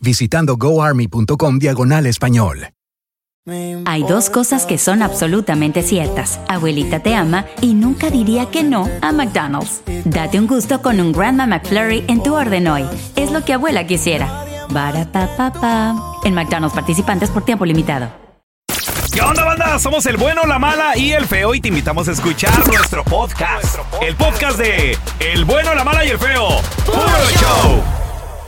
visitando goarmy.com diagonal español. Hay dos cosas que son absolutamente ciertas. Abuelita te ama y nunca diría que no a McDonald's. Date un gusto con un Grandma McFlurry en tu orden hoy. Es lo que abuela quisiera. Barapapapa. En McDonald's participantes por tiempo limitado. ¿Qué onda, banda? Somos el bueno, la mala y el feo y te invitamos a escuchar nuestro podcast. El podcast de El bueno, la mala y el feo. ¡Puro show!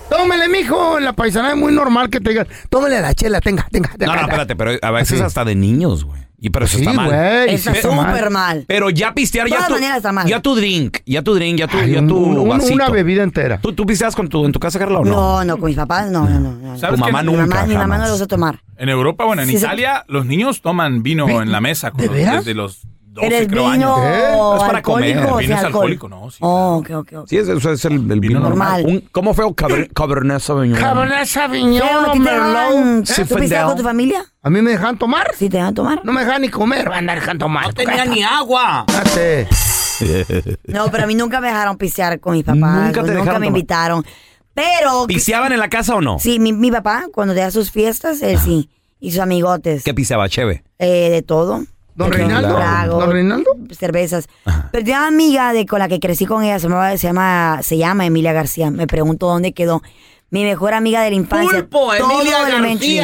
Tómele, mijo. En la paisanada es muy normal que te digan, tómele la chela, tenga, tenga, tenga. No, no, espérate, pero a veces hasta de niños, güey. Y pero eso Sí, está mal. güey, Está sí está súper mal. Pero ya pistear, De ya todas tu, maneras está mal. ya tu drink, ya tu drink, ya tu, Ay, ya un- tu un- un- vasito. una bebida entera. ¿Tú, tú pisteas con tu, en tu casa, Carla, o no? No, no, con mis papás, no, no, no. no. ¿Sabes Tu que mamá mi Mi nunca, mamá, mi mamá no jamás. los va a tomar. En Europa, bueno, en Sí, se- Italia, los niños toman vino en la mesa con ¿de los- veras? desde los 12, Eres creo, vino años. ¿Eh? No es para alcohólico, comer, o vino sea, es alcohol. alcohol. alcohólico, no, sí, Oh, ok, ok, ok. Sí, es- eso es el, el vino normal. normal. Un- ¿Cómo fue el caber- Cabernet Sauvignon? Cabernet Sauvignon, Feo, ¿a ti te daban- Merlot. ¿Tú pisteas con tu familia? ¿A mí me dejan tomar? ¿Sí te van a tomar? No me dejan ni comer, van a dejar tomar. agua. Cállate. No, pero a mí nunca me dejaron pistear con mis papás. Nunca te Nunca, dejaron tomar. me invitaron. Pero, ¿Piseaban en la casa o no? sí, mi, mi papá, cuando tenía sus fiestas, él sí. Y sus amigotes. ¿Qué piseaba, Cheve? eh, de todo. ¿Don De Reinaldo? trago, ¿Don Reinaldo? Cervezas. Pero tenía una amiga de, con la que crecí con ella, se, llamaba- se llama, se llama Emilia García. Me pregunto dónde quedó. Mi mejor amiga de la infancia. todo elementary.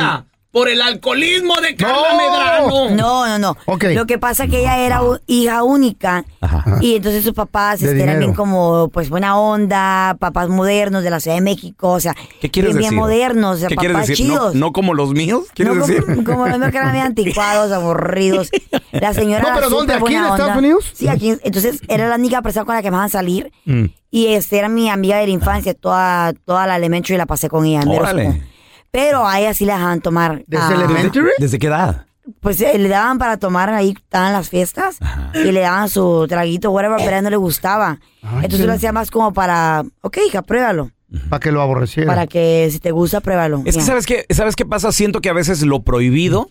por el alcoholismo de Carla Medrano. No, no, no. Ok. Lo que pasa que ella era u- hija única Ajá. y entonces sus papás De este, eran dinero. bien como, pues buena onda, papás modernos de la Ciudad de México, o sea, ¿Qué quieres bien, decir? bien modernos, o sea, ¿Qué papás quieres decir? chidos. ¿No, no como los míos? ¿Quieres No, decir? Como, como los míos que eran bien anticuados, aburridos. La señora. No, era pero ¿dónde? súper ¿Aquí en buena Estados onda. Unidos? Mm. Sí, aquí. Entonces era la única persona con la que me dejaban salir. Y este era mi amiga de la infancia, toda, toda la elementary la pasé con ella. me Órale. roscó. Pero a ella sí la dejaban tomar. ¿Desde ah, elementary? ¿Desde qué edad? pues eh, le daban para tomar ahí, estaban las fiestas. Y le daban su traguito, whatever, pero a ella no le gustaba. Entonces lo hacía más como para, ok, hija, pruébalo. Para que lo aborreciera. Para que si te gusta, pruébalo. Es que Ya. ¿sabes qué, ¿sabes qué pasa? Siento que a veces lo prohibido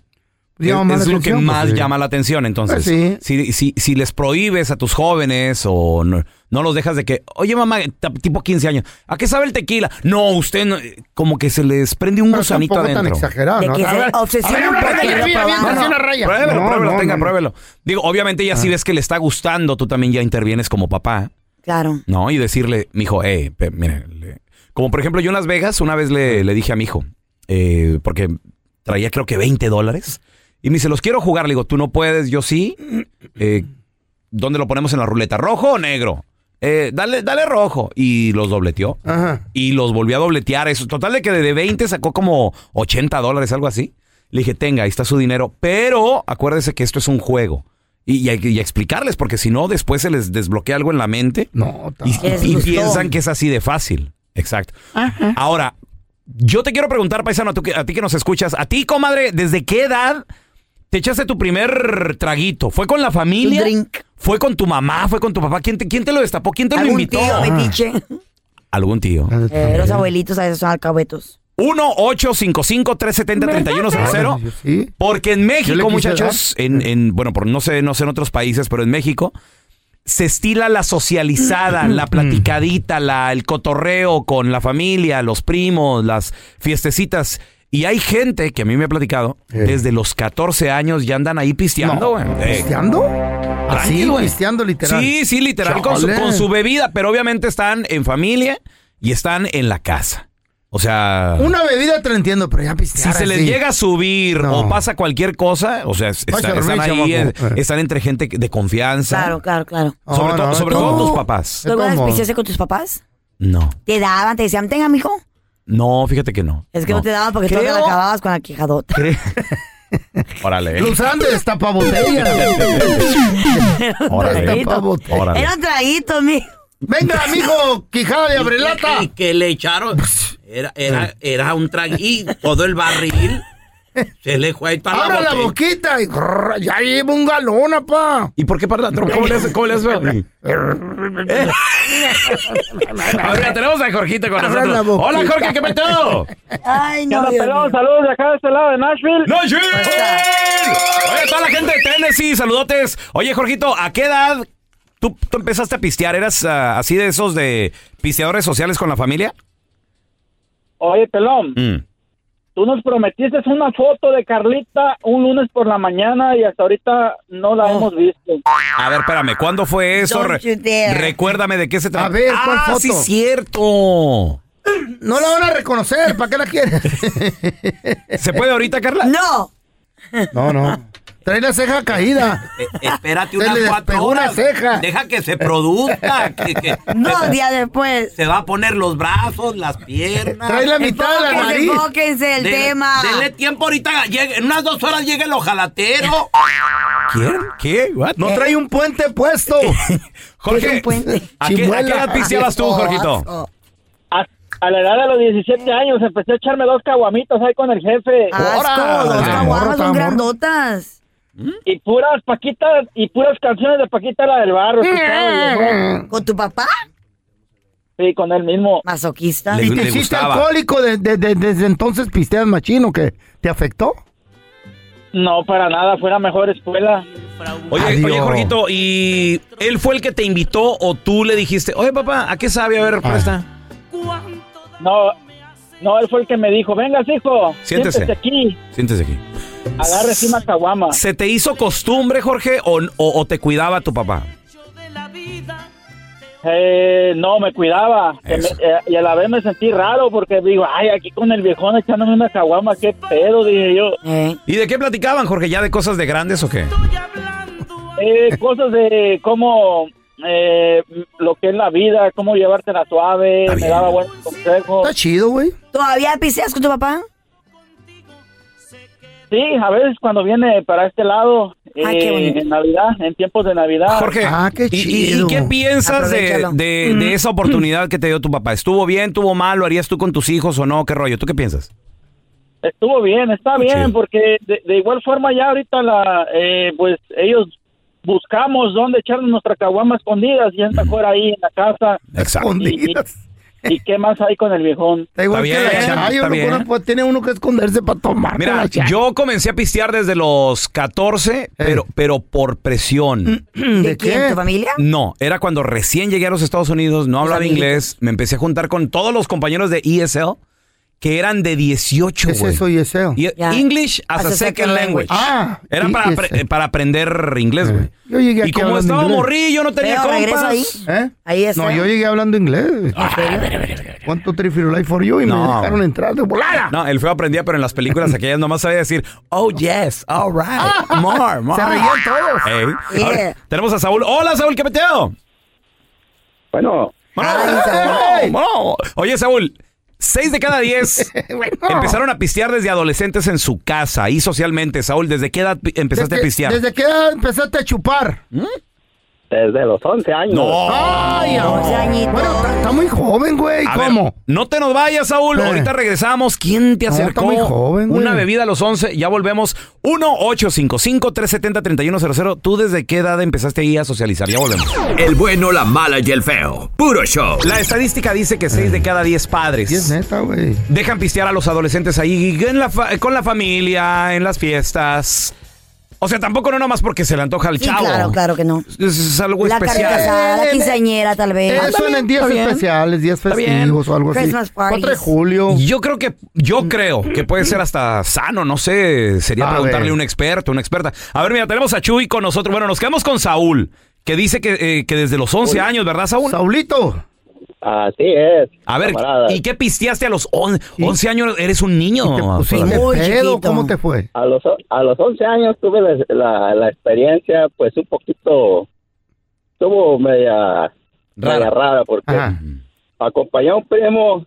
Llama es, más es la lo que atención, más pues, sí. llama la atención. Entonces, Ah, Pues si, si, si les prohíbes a tus jóvenes o no, no los dejas de que, oye mamá, t- tipo 15 años, ¿a qué sabe el tequila? No, usted no", como que se les prende un Pero gusanito tampoco tan adentro. exagerado, De ¿no? que A se ver, obsesiona a ver, un una poquito, raya, mira, bien, probando. hace una raya. Pruébelo, No, pruébelo, no, tenga, no, Ah. no. pruébelo. Digo, obviamente ya si ves que le está gustando, tú también ya intervienes como papá, Claro. ¿no? Y decirle, mijo, eh, pe- mire, le-". como por ejemplo yo en Las Vegas una vez le, le dije a mi hijo, eh, porque traía creo que 20 dólares, y me dice, los quiero jugar. Le digo, tú no puedes, yo sí. Eh, ¿Dónde lo ponemos en la ruleta? ¿Rojo o negro? Eh, dale, dale rojo. Y los dobleteó. Ajá. Y los volvió a dobletear. Eso, total de que de 20 sacó como 80 dólares, algo así. Le dije, tenga, ahí está su dinero. Pero acuérdese que esto es un juego. Y, y hay que- y explicarles, porque si no, después se les desbloquea algo en la mente. No, ta- Y, Que les y gustó. piensan que es así de fácil. Exacto. Ahora, yo te quiero preguntar, paisano, a, tú que- a ti que nos escuchas, a ti, comadre, ¿desde qué edad te echaste tu primer traguito? ¿Fue con la familia? Un drink. ¿Fue con tu mamá? ¿Fue con tu papá? ¿Quién te, quién te lo destapó? ¿Quién te lo Algún invitó? tío metiche. Algún tío. Eh, los abuelitos a veces son alcahuetos. 1-855-370-3100. Yo sí. Porque en Yo le México, quise muchachos, en, en- bueno, por- no sé, no sé en otros países, pero en México se estila la socializada, la Mm. platicadita, la, el cotorreo con la familia, los primos, las fiestecitas. Y hay gente que a mí me ha platicado, Eh. desde los 14 años ya andan ahí pisteando, güey. Eh, ¿Pisteando? tranqui, Así, güey. pisteando literal. Sí, sí, literal, con su, Chale. con su bebida, pero obviamente están en familia y están en la casa. O sea, Una bebida te lo entiendo, pero ya si pistear se les así. llega a subir o pasa cualquier cosa, o sea, es- Ay, está- se están arrecha, ahí, moco. eh, están entre gente de confianza. Claro, claro, claro. Sobre, No, todo- no, sobre no. todo tus Oh, ¿Tú papás. De alguna vez todos modos. pisteaste con tus papás? No, ¿Te daban? ¿Te decían, tenga, mijo? no, fíjate que no. Es que no, te daban porque tú te la Creo- acababas con la quijadota. Órale, eh. Los Andes, tapa botella. órale. Tapa botella. órale. Era un traguito, mijo. Venga, mijo, quijada de abrelata. Y que le echaron. Era, era, era un traguito, todo el barril. Se le fue ahí para la Abra la botella. boquita y grrr, ya lleva un galón, apá. ¿Y por qué para la trompa? ¿Cómo le hace? ¿Cómo le hace? Eh. A ver, tenemos a Jorgito con Abra la nosotros. boquita. Hola, Jorge, ¿qué metió? Ay, no. Dios mío. Saludos de acá de este lado de Nashville. ¡No, Gil! Oye, toda la gente de Tennessee, saludotes. Oye, Jorgito, ¿a qué edad tú, tú empezaste a pistear? ¿Eras ah, así de esos de pisteadores sociales con la familia? Oye, Pelón, Mm. tú nos prometiste una foto de Carlita un lunes por la mañana y hasta ahorita no Ah. la hemos visto. A ver, espérame, ¿cuándo fue eso? Don't Re- you dare. recuérdame de qué se trata. A ver, ¿cuál ah, foto? sí, cierto. No la van a reconocer, ¿para qué la quieres? ¿Se puede ahorita, Carla? No. No, no. Trae la ceja caída. Eh, Espérate Se unas le cuatro despegó una horas. ceja. Deja que se produzca. que- que- Dos días después. se va a poner los brazos, las piernas. Trae la mitad de la Enfóquense, nariz. enfóquense el Dele- tema. Dele tiempo ahorita. llegue- en unas dos horas llega el ojalatero. ¿Quién? ¿Qué? What? No trae un puente puesto. Es Jorge, un puente. ¿a qué, a qué Chimuela. edad pisteabas tú, Oh, Jorgito? oh. A, a la edad de los 17 años empecé a echarme dos caguamitos ahí con el jefe Asco, dos Órale. caguamas Morro, son morro. grandotas. ¿Mm? y puras paquitas y puras canciones de Paquita la del barrio. escuchaba, viejo. Eh. ¿Con tu papá? Sí, con él mismo. Masoquista. Le- ¿Y te le hiciste gustaba. alcohólico de- de- de- desde entonces pisteas machino que te afectó? No, para nada, fue la mejor escuela. Oye, Adiós. oye, Jorgito, ¿y él fue el que te invitó o tú le dijiste, oye, papá, ¿a qué sabe? A Ah, ver, presta. No, no, él fue el que me dijo, vengas hijo, Siéntese. siéntese, aquí, Siéntese aquí. agarre una Ah. caguama. ¿Se te hizo costumbre, Jorge, o, o- o te cuidaba tu papá? Eh, no, me cuidaba. Que me- Eso. eh, y a la vez me sentí raro porque digo, ay, aquí con el viejón echándome una caguama, qué pedo, dije yo. Eh, ¿Y de qué platicaban, Jorge? ¿Ya de cosas de grandes o qué? Eh, cosas de cómo, eh, lo que es la vida, cómo llevártela suave, Está me bien. daba buenos Está consejos. chido, güey. ¿Todavía piseas con tu papá? Sí, a veces cuando viene para este lado, Ay, eh, Ah, qué bonito. en Navidad, en tiempos de Navidad. Jorge, Ah, qué ¿y- y- ¿y, chido. qué piensas de, Aprovechalo. de- de esa oportunidad que te dio tu papá? ¿Estuvo bien, estuvo mal? ¿Lo harías tú con tus hijos o no? ¿Qué rollo? ¿Tú qué piensas? Estuvo bien, está Qué bien, chido. porque de, de igual forma ya ahorita la, eh, pues ellos buscamos dónde echarnos nuestra caguama escondidas y es mejor ahí en la casa. Exacto. Escondidas. ¿Y qué más hay con el viejón? Está igual Está que bien, la chayo, está uno bien. pone- pues, tiene uno que esconderse para tomar. Mira, la chayo. yo comencé a pistear desde los 14, pero, pero por presión. Eh. ¿De quién? qué? ¿Tu familia? No, era cuando recién llegué a los Estados Unidos, no hablaba amiguitos. inglés, me empecé a juntar con todos los compañeros de ESL que eran de 18, ¿Qué es güey. eso y eso? Y- Ya. English as, a second language. Ah, Era y- para, y- apre- para aprender inglés, güey. Yo llegué Y aquí como hablando estaba inglés. morrillo, no tenía Pero, compas. ¿regresa Ah, ahí? ¿Eh? Ahí está. No, yo llegué hablando inglés. ¿En serio? ¿Cuánto trifirulay for you? Y me No. dejaron entrar de volada. No, el feo aprendía, pero en las películas aquellas nomás sabía decir, oh yes, all right, more, more. Se reían todos. Ey. Yeah. Ahora, tenemos a Saúl. Hola, Saúl, ¿qué peteo? Bueno, Bueno, Saúl. bueno. Oh, Oye, Saúl, Ah, seis de cada diez empezaron a pistear desde adolescentes en su casa y socialmente. Saúl, ¿desde qué edad pi- empezaste a Desde- pistear? ¿Desde qué edad empezaste a chupar? desde los 11 años. No. Ay, ahora- 11 añitos. Bueno, está, está muy joven, güey. A ¿Cómo? ver, no te nos vayas, Saúl. Eh. Ahorita regresamos. ¿Quién te No, está acercó muy joven, güey. una bebida a los 11? Ya volvemos. 1-855-370-3100. ¿Tú desde qué edad empezaste ahí a socializar? Ya volvemos. El bueno, la mala y el feo. Puro show. La estadística dice que 6 de cada 10 Sí, es padres neta, güey. dejan pistear a los adolescentes ahí en la fa- con la familia, en las fiestas. O sea, tampoco no nomás porque se le antoja al Sí, chavo. claro, claro que no. Es, es algo La carne especial. asada, la quinceañera tal vez. Eso en está Eh, días bien. especiales, días Está bien. festivos o algo así. Christmas parties. 4 de julio. Yo creo que, yo creo que puede ser hasta sano, no sé, sería A preguntarle ver. a un experto, una experta. A ver, mira, tenemos a Chuy con nosotros. Bueno, nos quedamos con Saúl, que dice que, eh, que desde los 11 años, ¿verdad, Saúl? Saulito. Así es. A ver, camaradas. ¿y qué pisteaste a los on- 11 años? Eres un niño. te fue? A los, o- a los 11 años tuve la, la- la experiencia, pues un poquito. Estuvo media media rara, porque acompañé a un primo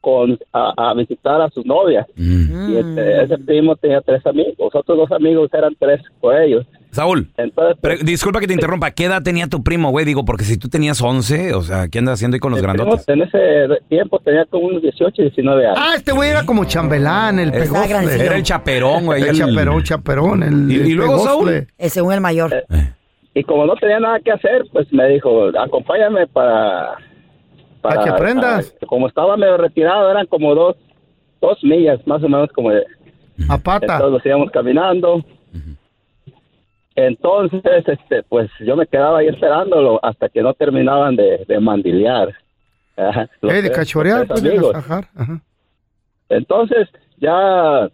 con, a, a visitar a sus novias. Mm. Y este, ese primo tenía tres amigos. Otros dos amigos eran tres con ellos. Saúl, Entonces, pre- disculpa que te interrumpa. ¿Qué edad tenía tu primo, güey? Digo, porque si tú tenías 11, o sea, ¿qué andas haciendo ahí con los grandotes? en ese tiempo tenía como unos 18, 19 años. Ah, este güey era como chambelán, el pegofle. Era el chaperón, güey. El chaperón, chaperón. El, este el pegofle. Es Eh, según el mayor. Eh, Y como no tenía nada que hacer, pues me dijo, acompáñame para... Para que aprendas. para- como estaba medio retirado, eran como dos, dos millas, más o menos como... De, a pata. Entonces nos íbamos caminando. Entonces, este, pues yo me quedaba ahí esperándolo hasta que no terminaban de, de mandilear. Ajá, los Eh, de tres- cachorear, los pues, tres de amigos. agasajar, ajá. Entonces, ya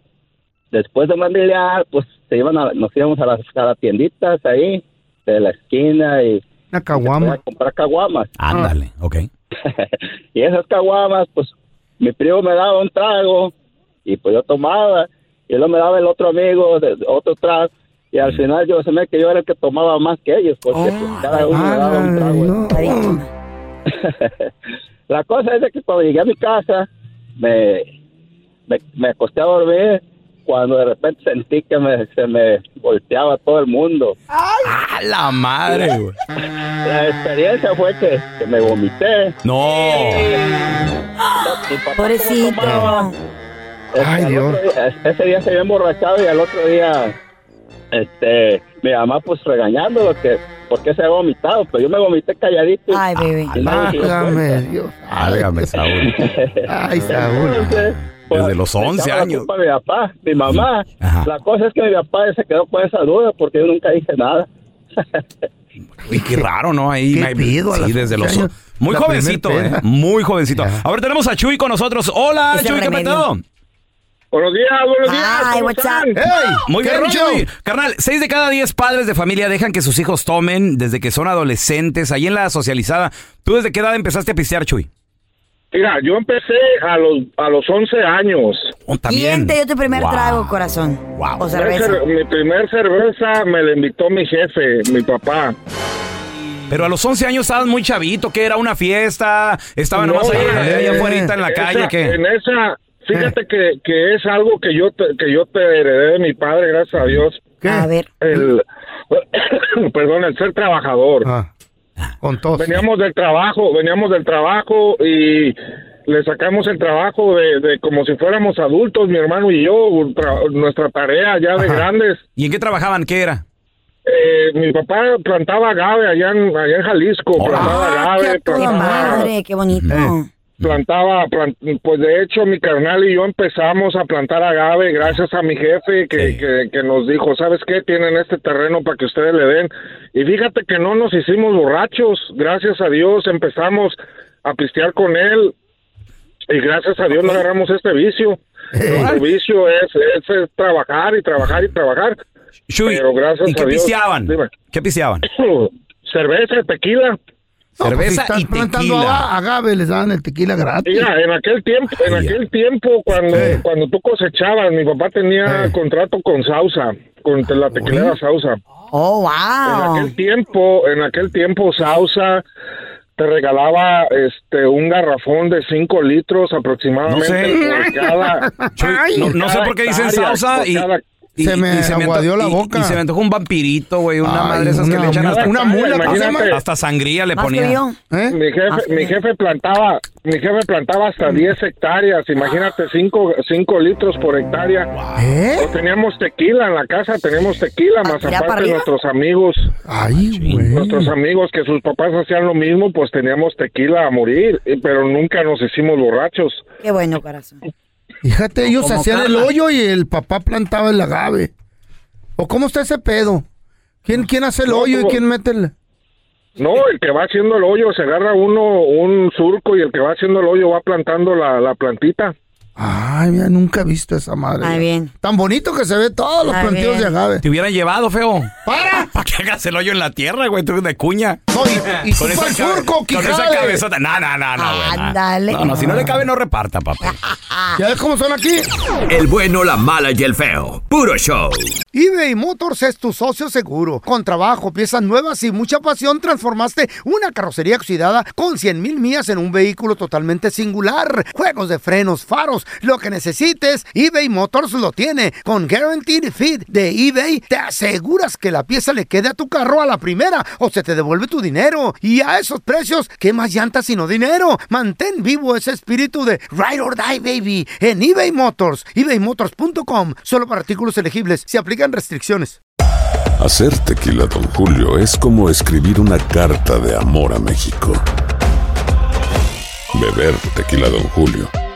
después de mandilear, pues se iban a- nos íbamos a las, a las tienditas ahí, de la esquina y... Una Voy caguama. a comprar caguamas. Ah. Ándale, ok. y esas caguamas, pues mi primo me daba un trago y pues yo tomaba y luego me daba el otro amigo de- otro trago y Mm. al final yo se me que yo era el que tomaba más que ellos porque pues, cada uno me daba un trago. La cosa es de que cuando llegué a mi casa me, me, me acosté a dormir cuando de repente sentí que me- se me volteaba todo el mundo. ¡A la Ah, madre, güey! La experiencia fue que, que me vomité. ¡No! Pobrecito. Ay, Dios. ese día se había emborrachado y al otro día, este, mi mamá pues regañándolo que, ¿por qué se había vomitado? Pero yo me vomité calladito. Ay, bebé. Ah, Válgame, Dios. Válgame, Saúl. Ay, Saúl. Desde los 11 pues, Echaba la años. culpa a mi papá, mi mamá. La cosa es que mi papá se quedó con esa duda porque yo nunca dije nada. Y qué raro, ¿no? Ahí ¿Qué me- pido a sí, los desde los 11 años? muy La jovencito, primer peda. eh, muy jovencito. Ahora tenemos a Chuy con nosotros. Hola, Ese Chuy, ¿qué remedio. pedo? Buenos días, buenos días. Hi, what's up? Muy ¿Qué bien, rollo? Chuy. Carnal, 6 de cada 10 padres de familia dejan que sus hijos tomen desde que son adolescentes, ahí en la socializada. ¿Tú desde qué edad empezaste a pistear, Chuy? Mira, yo empecé a los a los 11 años. Oh, ¿Quién te dio tu primer trago, corazón? O Mi primer cerveza. cer- Mi primer cerveza me la invitó mi jefe, mi papá. Pero a los 11 años estabas muy chavito, que era una fiesta, estaba No, nomás ahí, eh, ahí afuera en la esa- calle, Eh. que En esa, fíjate que, que es algo que yo te, que yo te heredé de mi padre, gracias a Dios. A ver. El, perdón, el ser trabajador. Ah. Con todo. Veníamos del trabajo, veníamos del trabajo y le sacamos el trabajo de, de como si fuéramos adultos, mi hermano y yo, tra- nuestra tarea ya de grandes. ¿Y en qué trabajaban? ¿Qué era? Eh, mi papá plantaba agave allá en, allá en Jalisco, Oh. plantaba agave, Ah, Toda plantaba, madre, qué bonito. plantaba plan- pues de hecho mi carnal y yo empezamos a plantar agave gracias a mi jefe que, que, que nos dijo, ¿sabes qué? Tienen este terreno para que ustedes le den. Y fíjate que no nos hicimos borrachos, gracias a Dios empezamos a pistear con él y gracias a Dios no agarramos este vicio. Nuestro vicio es, es, es trabajar y trabajar y trabajar. Pero gracias ¿Y qué a Dios. pisteaban? Dime. ¿Qué pisteaban? Cerveza, tequila. Cerveza pues, están y plantando tequila. aga- agave, les dan el tequila gratis. Mira, en aquel tiempo, en aquel tiempo cuando, cuando tú cosechabas, mi papá tenía contrato con Sausa, con la tequilera Sausa. Oh, En aquel tiempo, en aquel tiempo Sausa te regalaba este un garrafón de 5 litros aproximadamente por cada- Chuy, no, no sé por qué dicen hectárea, salsa por y, cada- y- Se me y anto- aguadeó la y- boca. Y, se me antojó un vampirito, güey, una Ay, madre esas que una le echan mula, hasta, ¿Eh? una mula, ¿cómo se llama? hasta, hasta sangría le ponía. Mi Más jefe, que mi yo. jefe plantaba, mi jefe plantaba hasta Mm. 10 hectáreas, imagínate 5 cinco litros por hectárea. Pues Teníamos tequila en la casa, teníamos tequila, más ¿Allá para aparte arriba? nuestros amigos, Ah, nuestros amigos que sus papás hacían lo mismo, pues teníamos tequila a morir, eh, pero nunca nos hicimos borrachos. Qué bueno, corazón. Fíjate, ellos Como hacían el Carla. hoyo y el papá plantaba el agave. ¿O cómo está ese pedo? ¿Quién, quién hace el No, hoyo y como- quién mete el...? No, el que va haciendo el hoyo se agarra uno un surco y el que va haciendo el hoyo va plantando la, la plantita. Ay, mira, nunca he visto esa madre. Ay, bien. Tan bonito que se ve todos los Ay, plantíos bien. de agave. Te hubieran llevado, feo. ¡Para! ¿Para que hagas el hoyo en la tierra, güey? Tú eres de cuña. soy. Y Con tú esa pa'l cabe- surco, Con esa quijale. cabezota. No, no, no, no, güey, no. Ah. Ándale. No, no, si no le cabe, no reparta, papá. ¿Ya ves cómo son aquí? El bueno, la mala y el feo. Puro show. eBay Motors es tu socio seguro. Con trabajo, piezas nuevas y mucha pasión, transformaste una carrocería oxidada con 100 mil millas en un vehículo totalmente singular. Juegos de frenos, faros, lo que necesites, eBay Motors lo tiene. Con Guaranteed Fit de eBay, te aseguras que la pieza le quede a tu carro a la primera o se te devuelve tu dinero. Y a esos precios, ¿qué más llantas sino dinero? Mantén vivo ese espíritu de Ride or Die, baby, en eBay Motors. ebaymotors.com, solo para artículos elegibles. Se aplican restricciones. Hacer tequila, Don Julio, es como escribir una carta de amor a México. Beber tequila, Don Julio,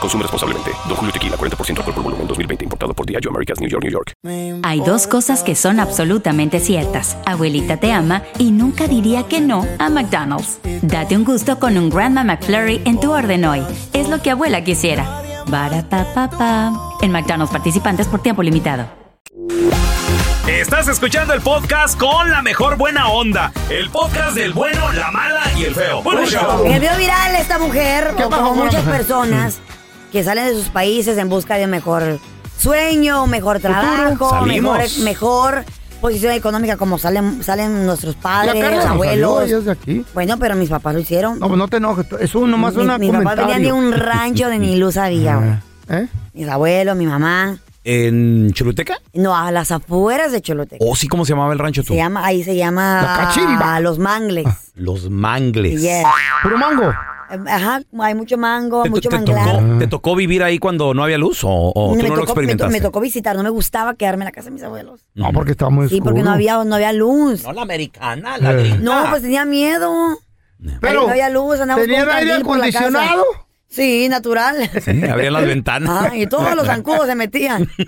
Consume responsablemente. Don Julio Tequila, 40% alcohol por volumen, 2020. Importado por Diageo Americas, New York, New York. Hay dos cosas que son absolutamente ciertas. Abuelita te ama y nunca diría que no a McDonald's. Date un gusto con un Grandma McFlurry en tu orden hoy. Es lo que abuela quisiera. Barapapapa. En McDonald's participantes por tiempo limitado. Estás escuchando el podcast con la mejor buena onda. El podcast del bueno, la mala y el feo. Bueno, show. En el video viral esta mujer, pasó o como con la muchas mujer? personas que salen de sus países en busca de un mejor sueño, un mejor trabajo, Salimos. mejor, mejor posición económica como salen, salen nuestros padres, La Carla los no salió, ella abuelos. es de aquí. Bueno, pero mis papás lo hicieron. No, pues no te enojes. Es un, nomás Mi- una mis papás comentario. Ah, ¿eh? venían de un rancho de ni luz había. güey. Mis abuelos, mi mamá. ¿En Choluteca? No, a las afueras de Choloteca. ¿O Oh, sí cómo se llamaba el rancho tú? Se llama, ahí se llama La Ah. cachimba. Los Mangles. Los Mangles. Yes. ¿Puro mango? Ajá, hay mucho mango, ¿Te, mucho te manglar. tocó, te tocó vivir ahí cuando no había luz o, o tú me, no lo tocó, me to- experimentaste? me tocó visitar, no me gustaba quedarme en la casa de mis abuelos. No, porque estaba muy Sí, porque no oscuro. había, no había luz. No, la americana, la Eh. gringa. No, pues tenía miedo. Pero, Ahí no había luz, andamos ¿tenían aire acondicionado? Sí, natural. Sí, abrían las ventanas. Ah, y todos los zancudos se metían. y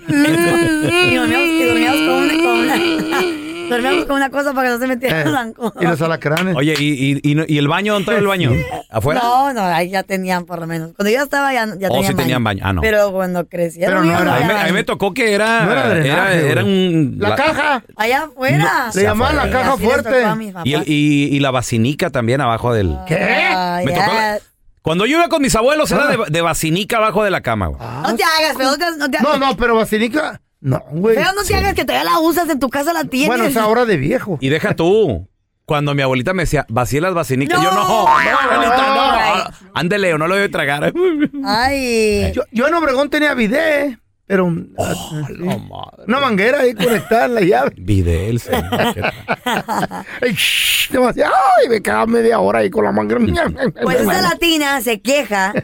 dormíamos, y dormíamos con una, con una- dormíamos con una cosa para que no se metieran Eh. los zancudos. Y los alacranes. Oye, ¿y, y, y, no- y el baño? ¿Dónde estaba el baño? ¿Afuera? No, no, ahí ya tenían por lo menos. Cuando yo estaba ya, ya Oh, tenían sí tenían baño. Ah, no. Pero cuando crecieron. ya a mí, me- a mí me tocó que era. No era drenaje, era, era un. La caja. Allá afuera. No, Le llamaban la afuera. caja Así les tocó fuerte. a mis papás. Y, el- y- y la vacinica también abajo del. Ay, Me tocó la- ya. Cuando yo iba con mis abuelos era Ah. de, de vacinica abajo de la cama, güey. No te hagas, pero no te- no te hagas. No, no, pero vacinica. Ah, No, güey. Pero no te hagas que todavía la usas, en tu casa la tienes. Bueno, es ahora de viejo. Y deja tú. Cuando mi abuelita me decía, vacíe las vacinicas. No. Yo no. No, abuelita, no. right. Ándele, o no lo voy a tragar. Ay. Yo, yo en Obregón tenía video, pero. Oh, ah, sí. Una manguera ahí conectada en la llave. Videl, señor. Ay, shh, demasiado. Ay, me quedaba media hora ahí con la manguera. Pues esta latina se queja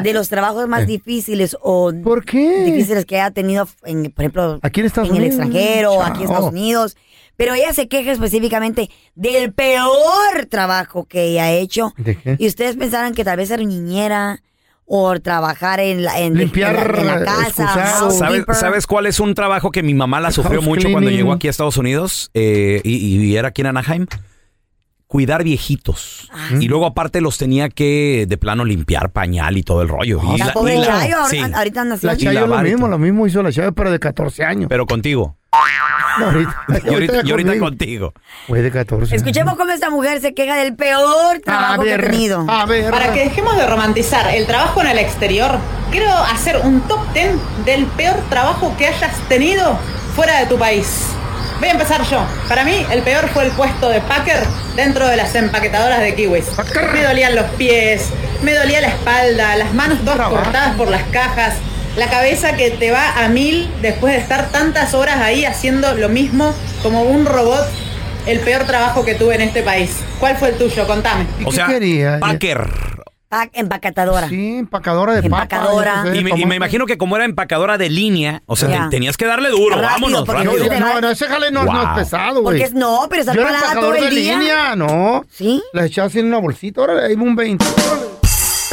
de los trabajos Eh. más difíciles o difíciles que haya tenido, en, por ejemplo, Aquí en Estados en el Unidos. extranjero, aquí en Estados Chao. Unidos. Pero ella se queja específicamente del peor trabajo que ella ha hecho. ¿De qué? Y ustedes pensaran que tal vez ser niñera o trabajar en la, en, Limpiar, eh, en la, en la casa. Sa- ¿Sabes, housekeeper. ¿Sabes cuál es un trabajo que mi mamá la sufrió House mucho cuando cleaning. llegó aquí a Estados Unidos eh, y, y era aquí en Anaheim? Cuidar viejitos. Ah, Y luego aparte los tenía que de plano limpiar pañal y todo el rollo. Y Ah, La la- pobre y la- Chayo, ahor- sí. ahorita nació. La Y la Chayo lo barca. mismo, lo mismo hizo la Chayo, pero de 14 años. Pero contigo. No, ahorita, Y ahorita, y ahorita conmigo. contigo. Güey, de 14 años. Escuchemos cómo esta mujer se queja del peor trabajo que ha ver, tenido. a ver. Para que dejemos de romantizar el trabajo en el exterior, quiero hacer un top 10 del peor trabajo que hayas tenido fuera de tu país. Voy a empezar yo. Para mí, el peor fue el puesto de packer dentro de las empaquetadoras de kiwis. Me dolían los pies, me dolía la espalda, las manos todas ¿eh? cortadas por las cajas, la cabeza que te va a mil después de estar tantas horas ahí haciendo lo mismo como un robot. El peor trabajo que tuve en este país. ¿Cuál fue el tuyo? Contame. O sea, Packer. Pac- Ah, empacatadora. Sí, empacadora de papas. Empacadora. Y me, y me imagino que como era empacadora de línea, o sea, te- Ah. Ya. tenías que darle duro. Rápido, vámonos, porque rápido. no se te va- No, no, ese jale no, no Wow. es pesado, güey. Porque es- no, pero estar Yo era parada empacador todo el de día. línea, no. ¿Sí? La echabas en una bolsita, ahora dime un 20.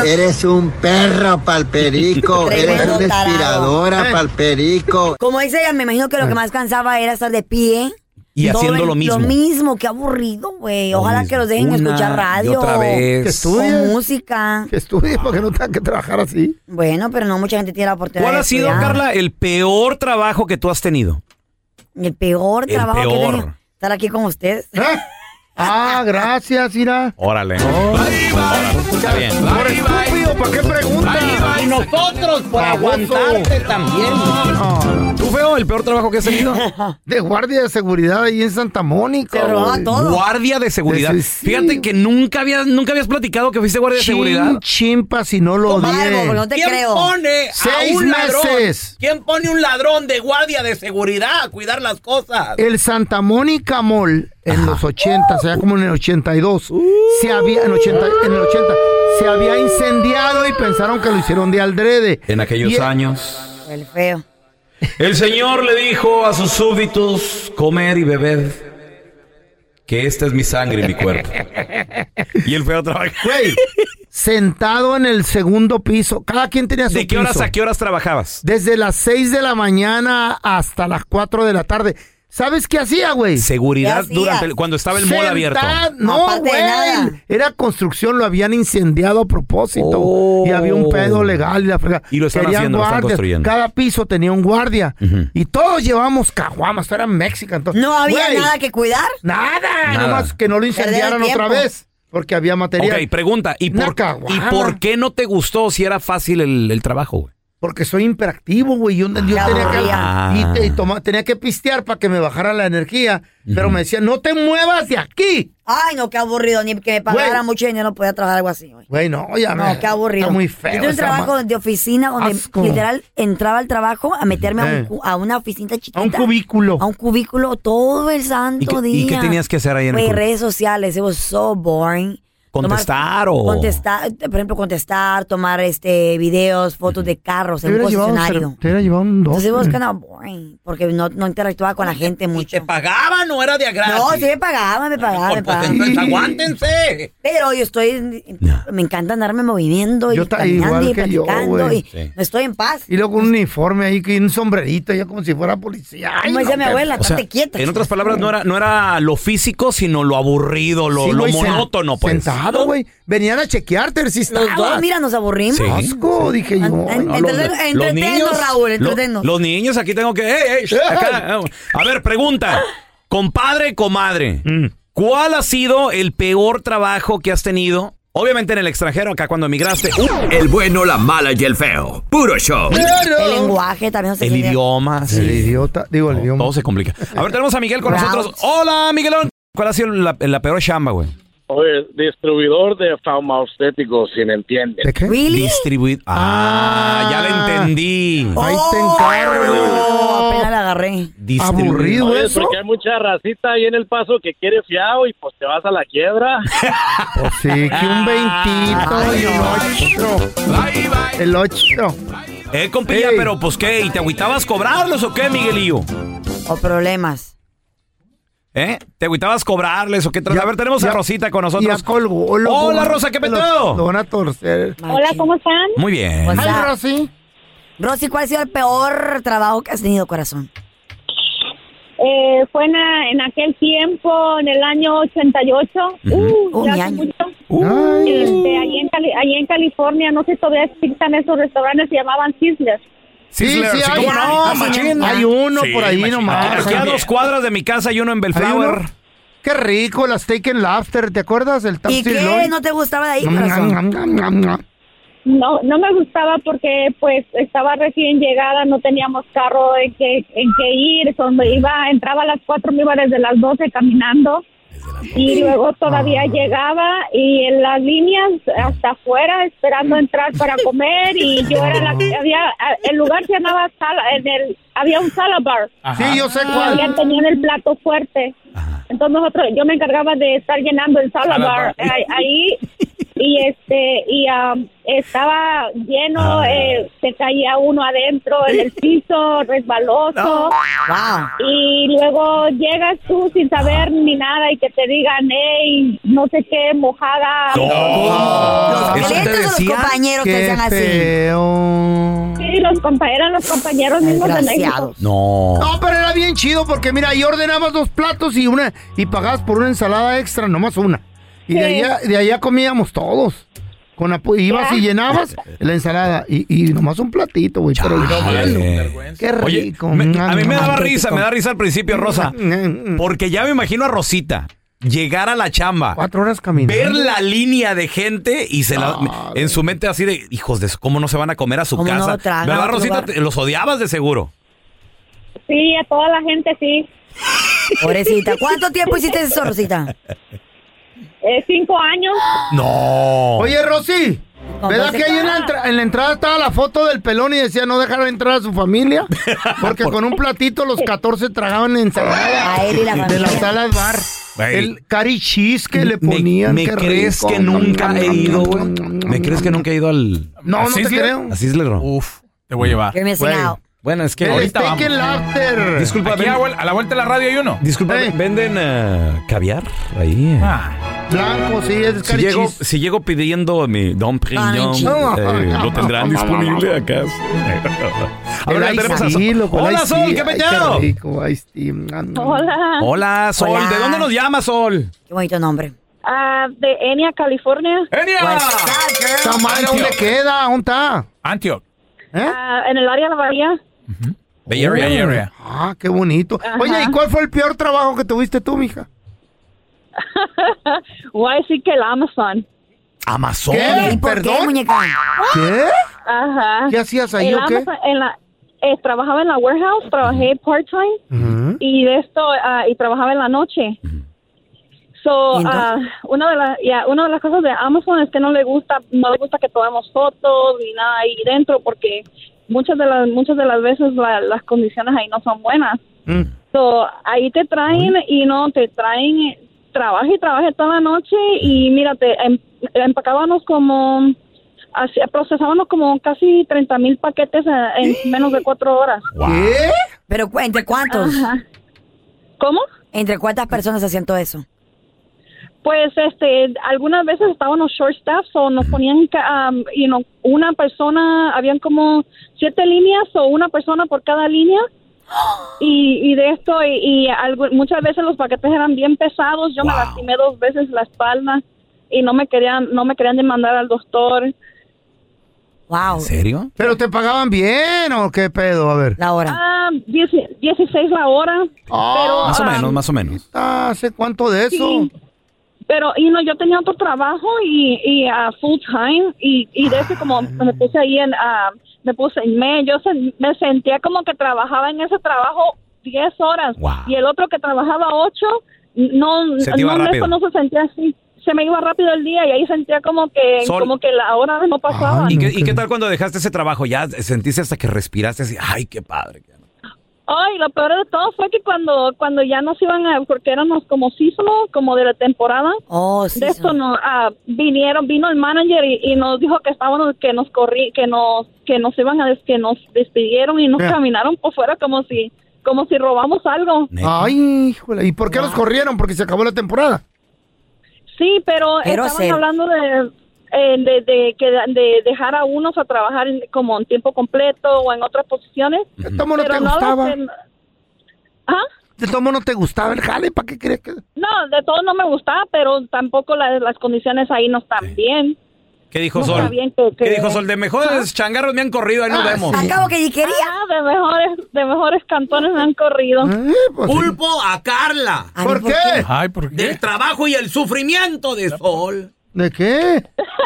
Eres un perro palperico, eres Tremendo una tarado. inspiradora Eh. palperico. Como dice ella, me imagino que lo que más cansaba era estar de pie. y Todo haciendo el- lo mismo. Lo mismo, qué aburrido, güey. Ojalá que los dejen Una escuchar radio. y otra vez. Que estudies. Con música. Que estudie porque no tengan que trabajar así. Bueno, pero no mucha gente tiene la oportunidad. ¿Cuál de ha sido, estudiar. Carla, el peor trabajo que tú has tenido? El peor El trabajo que he peor. tenido, Estar aquí con ustedes. ¿Eh? Ah, gracias, Ira. Órale. Oh. Está bien. Por estúpido, ¿para qué preguntas? Y nosotros por aguantarte también. ¿Tú feo el peor trabajo que has tenido? De guardia de seguridad ahí en Santa Mónica. güey. Guardia de seguridad. Sí, sí, sí. Fíjate que nunca habías, nunca habías platicado que fuiste guardia de Chin, seguridad. chimpa si no lo pues, odié. ¿Quién Pone a Seis un ladrón? meses. ¿Quién pone un ladrón de guardia de seguridad a cuidar las cosas? El Santa Mónica Mall en los 80, o sea, como en el 82, Uh. se había, en, 80, en el 80, se había incendiado y pensaron que lo hicieron de aldrede. En aquellos Y- años. El feo. El Señor le dijo a sus súbditos, comer y beber, que esta es mi sangre y mi cuerpo. y el feo trabajo. Güey, sentado en el segundo piso, cada quien tenía su ¿De qué horas piso. a qué horas trabajabas? Desde las 6 de la mañana hasta las 4 de la tarde. ¿Sabes qué hacía, güey? Seguridad ¿Qué durante hacías? el- cuando estaba el mall Sentad- abierto. No, Aparte de güey. nada. Era construcción, lo habían incendiado a propósito. Y había un pedo legal y la fregada. Oh. Y lo están Querían haciendo, lo están guardias. construyendo. Cada piso tenía un guardia. Y todos llevábamos caguamas, eran mexicanos. entonces- No había Güey, nada que cuidar. Nada, Nada. nomás que no lo Perder el incendiaran otra tiempo. vez. Porque había material. Ok, pregunta. ¿y Una por, ¿Y caguama. por qué no te gustó si era fácil el, el trabajo? güey? Porque soy imperactivo, güey. Yo, yo Ya tenía, que, aburría. y te- y toma- tenía que pistear para que me bajara la energía. Pero me decían, no te muevas de aquí. Ay, no, qué aburrido. Ni que me pagara Güey. mucho dinero podía trabajar algo así. güey. Güey, no, ya me- No, qué aburrido. Está muy feo. Yo tuve un esa trabajo ma- de oficina donde Asco. literal entraba al trabajo a meterme a, un Eh. cu- a una oficina chiquita. A un cubículo. A un cubículo todo el santo ¿Y qué- día. y qué tenías que hacer ahí en el Güey, cubículo? redes sociales. It was so boring. ¿Contestar o...? Contestar, por ejemplo, contestar, tomar este videos, fotos de carros Te en un hubiera llevado, concesionario. cer- te hubiera llevado un dos. Entonces vos kind of boring, porque no, no interactuaba con la gente mucho. ¿Te pagaban o era de a gratis? No, sí me pagaban, me pagaban, Pues me pagaban. entonces, aguántense. Pero yo estoy, me encanta andarme moviendo y Yo ta- caminando igual y que yo, platicando güey. y Sí. no estoy en paz. Y luego con un uniforme ahí, que un sombrerito, ya como si fuera policía. Ay, Como decía no, mi te- abuela, O sea, estate quieta. en chico. otras palabras, no era, no era lo físico, sino lo aburrido, lo, Sí, lo güey, sen- monótono, pues. Sentado, güey. Venían a chequearte si Los dos, estabas. mira, nos aburrimos. Sí. Asco, dije yo. An- No, an- lo- entreten- Los entretennos, niños, Raúl, lo- entretennos. los niños, aquí tengo que... ¡Ey, ey! sh- acá. eh, A ver, pregunta. Compadre, comadre, ¿cuál ha sido el peor trabajo que has tenido? Obviamente en el extranjero, acá cuando emigraste. Uh, El bueno, la mala y el feo. Puro show. El lenguaje también no se el entiende. idioma. El sí. idiota, digo, el idioma. Todo se complica. A ver, tenemos a Miguel con nosotros. Hola, Miguelón. ¿Cuál ha sido la, la peor chamba, güey? Oye, distribuidor de farmacéuticos, si me entienden. ¿De qué? ¿Really? Distribuir. Ah, ya la entendí. Ahí te encargo. Oh, apenas la agarré. Distribuir. Aburrido Oye, eso. porque hay mucha racita ahí en El Paso que quiere fiado y pues te vas a la quiebra. Pues sí, que un veintito y un ocho. El ocho. Eh, compilla, Ey. pero pues qué, ¿y te agüitabas cobrarlos o qué, Miguelillo? O problemas. ¿Eh? ¿Te agüitabas cobrarles o qué? tra- Ya- a ver, tenemos ya- a Rosita con Ya nosotros. colgó. lo- Hola, Rosa, ¿qué lo- peteo? Lo van a torcer. Hola, ¿cómo están? Muy bien. Pues Ay, ya. Rosy. Rosy, ¿cuál ha sido el peor trabajo que has tenido, corazón? Eh, fue en, a- en aquel tiempo, en el año 88. Oh, Uh, ya mi hace año. mucho. Este, ahí, en Cali- ahí en California, no sé si todavía existen esos restaurantes, se llamaban Sizzler. Sí, sí, Sizzler, hay, ¿cómo no? Ah, hay- Machín. hay uno por ahí machín. nomás. Aquí a dos cuadras de mi casa y uno en Hay uno. Bellflower. Qué rico, las steak and lobster, ¿te acuerdas? El ¿Y Tapsi qué no te gustaba de ahí, corazón? No, no me gustaba porque pues estaba recién llegada, no teníamos carro en que, en que ir, son- me iba, entraba a las 4, me iba desde las 12 caminando y luego Ah. todavía llegaba y en las líneas hasta afuera esperando entrar para comer y yo era la que había, el lugar se llamaba sala, en el, había un sala bar. Sí, yo sé Y cuál. habían- tenían el plato fuerte. Entonces nosotros, yo me encargaba de estar llenando el Salad salabar. bar. Ahí y este y am, estaba lleno Ah. eh, se caía uno adentro en el piso resbaloso y luego llegas tú sin saber ni nada y que te digan hey no sé qué mojada Oh, Los clientes o los compañeros te hacían Este. así. sí los compa- eran los compañeros mismos de México Desgraciados. No. No, pero era bien chido porque mira, ahí ordenabas dos platos y una y pagabas por una ensalada extra, nomás una. Y de Sí. allá, de allá comíamos todos. Con apo- ibas y llenabas la ensalada y, y nomás un platito, güey. Pero qué Oye, rico. Mm, me- a mí me daba Qué risa, rico. me da risa al principio, Rosa. mm, Porque ya me imagino a Rosita llegar a la chamba. Cuatro horas caminando. Ah, Ver la línea de gente y se la, en su mente así de, hijos de su- cómo no se van a comer a su ¿Cómo no casa. lo tragan a ¿Verdad, otro Rosita? lugar? Te- Los odiabas de seguro. sí a toda la gente sí Pobrecita, ¿cuánto tiempo hiciste eso, Rosita? Eh, cinco años No. Oye, Rosy, ¿verdad que ahí en la, entra- en la entrada estaba la foto del pelón y decía no dejar entrar a su familia? Porque con un platito los 14 tragaban ensalada. A él y la De familia. la sala bar. Güey. El cari cheese que le Me- ponían. me qué crees rico. que nunca he ido, güey? ¿Me crees que nunca he ido al... No, no te creo. A Sizzler, no? Uf, te voy a llevar. You're missing Güey. out. Bueno, es que El ahorita steak vamos. and lobster. Disculpa, Aquí ven- a, vuel- a la vuelta de la radio hay uno. Disculpa, ¿venden eh, caviar ahí? eh? Ah. Blanco, sí, es Si cari llego, cheese. si llego pidiendo mi Don Pignon, Ay, chido. ¿lo tendrán disponible acá? A ver, El ya ice tenemos a tea, Sol. loco, el Hola, ice Sol, tea. ¿qué Ay, peteado? rico, ice tea. Mm, mm. hola Hola, Sol. Hola. ¿De dónde nos llamas, Sol? Qué bonito nombre. Ah, de Enia California Esa madre, ¿dónde queda? ¿Dónde está? Antioch. Ah, en el área de la bahía Bay Area. Bay Area. Ah, qué bonito. Ajá. Oye, ¿y cuál fue el peor trabajo que tuviste tú, mija? voy a decir que el Amazon Amazon. ¿Qué? ¿Y por qué, ¿Perdón? muñeca? ¿Qué? Ajá. ¿Qué hacías ahí En o qué? Amazon- en la- eh, trabajaba en la warehouse, trabajé part-time y de esto ah, y trabajaba en la noche. So, ¿Y entonces? ah, una de las ya, una de las cosas de Amazon es que no le gusta no le gusta que tomemos fotos ni nada ahí dentro porque muchas de las muchas de las veces la- las condiciones ahí no son buenas. Mm. So, ahí te traen y no te traen trabaja y trabaja toda la noche y mírate em- empacábamos como así- procesábamos como casi 30 mil paquetes eh, en menos de cuatro horas. ¿Qué? ¿Pero cu- entre cuántos? Ah. ¿Cómo? ¿Entre cuántas personas hacían todo eso? Pues, este, algunas veces estábamos short staff o nos ponían, ca- um, you know, una persona, habían como siete líneas o una persona por cada línea. Y, y de esto, y, y algu- muchas veces los paquetes eran bien pesados, yo me lastimé dos veces la espalda y no me querían, no me querían demandar al doctor. Wow. ¿En serio? ¿Pero te pagaban bien o qué pedo? A ver. La hora. Ah, dieci- 16 la hora. pero, Más o ah, menos, más o menos. ¿Hace cuánto de eso? Sí. Pero, y no, yo tenía otro trabajo y, y ah, full time y, y de ese como me puse ahí en, ah, me puse, me, yo se- me sentía como que trabajaba en ese trabajo 10 horas y el otro que trabajaba 8, no, Se te iba no, de rápido. eso no se sentía así. Se me iba rápido el día y ahí sentía como que, Sol. como que la hora no pasaba. ¿Y, qué, y qué tal cuando dejaste ese trabajo? Ya sentiste hasta que respiraste así, ay, qué padre. Ay, lo peor de todo fue que cuando cuando ya nos iban a, porque éramos como sísmo, como de la temporada. De esto no, ah, vinieron, vino el manager y, y nos dijo que estábamos, que nos corrí, que nos, que nos iban a, des- que nos despidieron y nos Ya. caminaron por fuera como si, como si robamos algo. Ay, híjole. ¿Y por qué los corrieron? Porque se acabó la temporada. Sí, pero, Pero estaban cero. hablando de, eh, de, de, que de dejar a unos a trabajar en- como en tiempo completo o en otras posiciones. tomo no Pero te no los gustaba? en- ¿Ah? ¿De tomo no te gustaba el jale? ¿Para qué crees que...? No, de todo no me gustaba, pero tampoco la- las condiciones ahí no están bien. ¿Qué dijo No Sol? está bien que- ¿Qué que- Ah. dijo Sol? De mejores changarros me han corrido, ahí nos vemos. Ah, que ni quería. de mejores, de mejores cantones me han corrido. Eh, pues Pulpo a Carla. ¿Por qué? Ay, ¿por qué? Del trabajo y el sufrimiento de Sol. ¿De qué?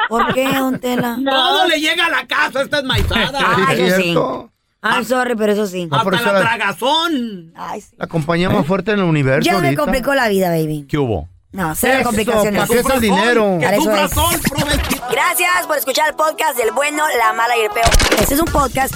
¿Por qué, don Tela? Todo le llega a la casa, esta es maizada. Ah, yo sí. ¿Cierto? I'm sorry, pero eso sí. Ah, por eso la Ah. la- tragazón. Ay, sí. La compañía más fuerte en el universo ¿Eh? Ya me ahorita. complicó la vida, baby. ¿Qué hubo? No, cero Eso, complicaciones. ¿pa' qué es el dinero? Para eso sufra es. Gracias por escuchar el podcast del bueno, la mala y el peor. Este es un podcast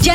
Ya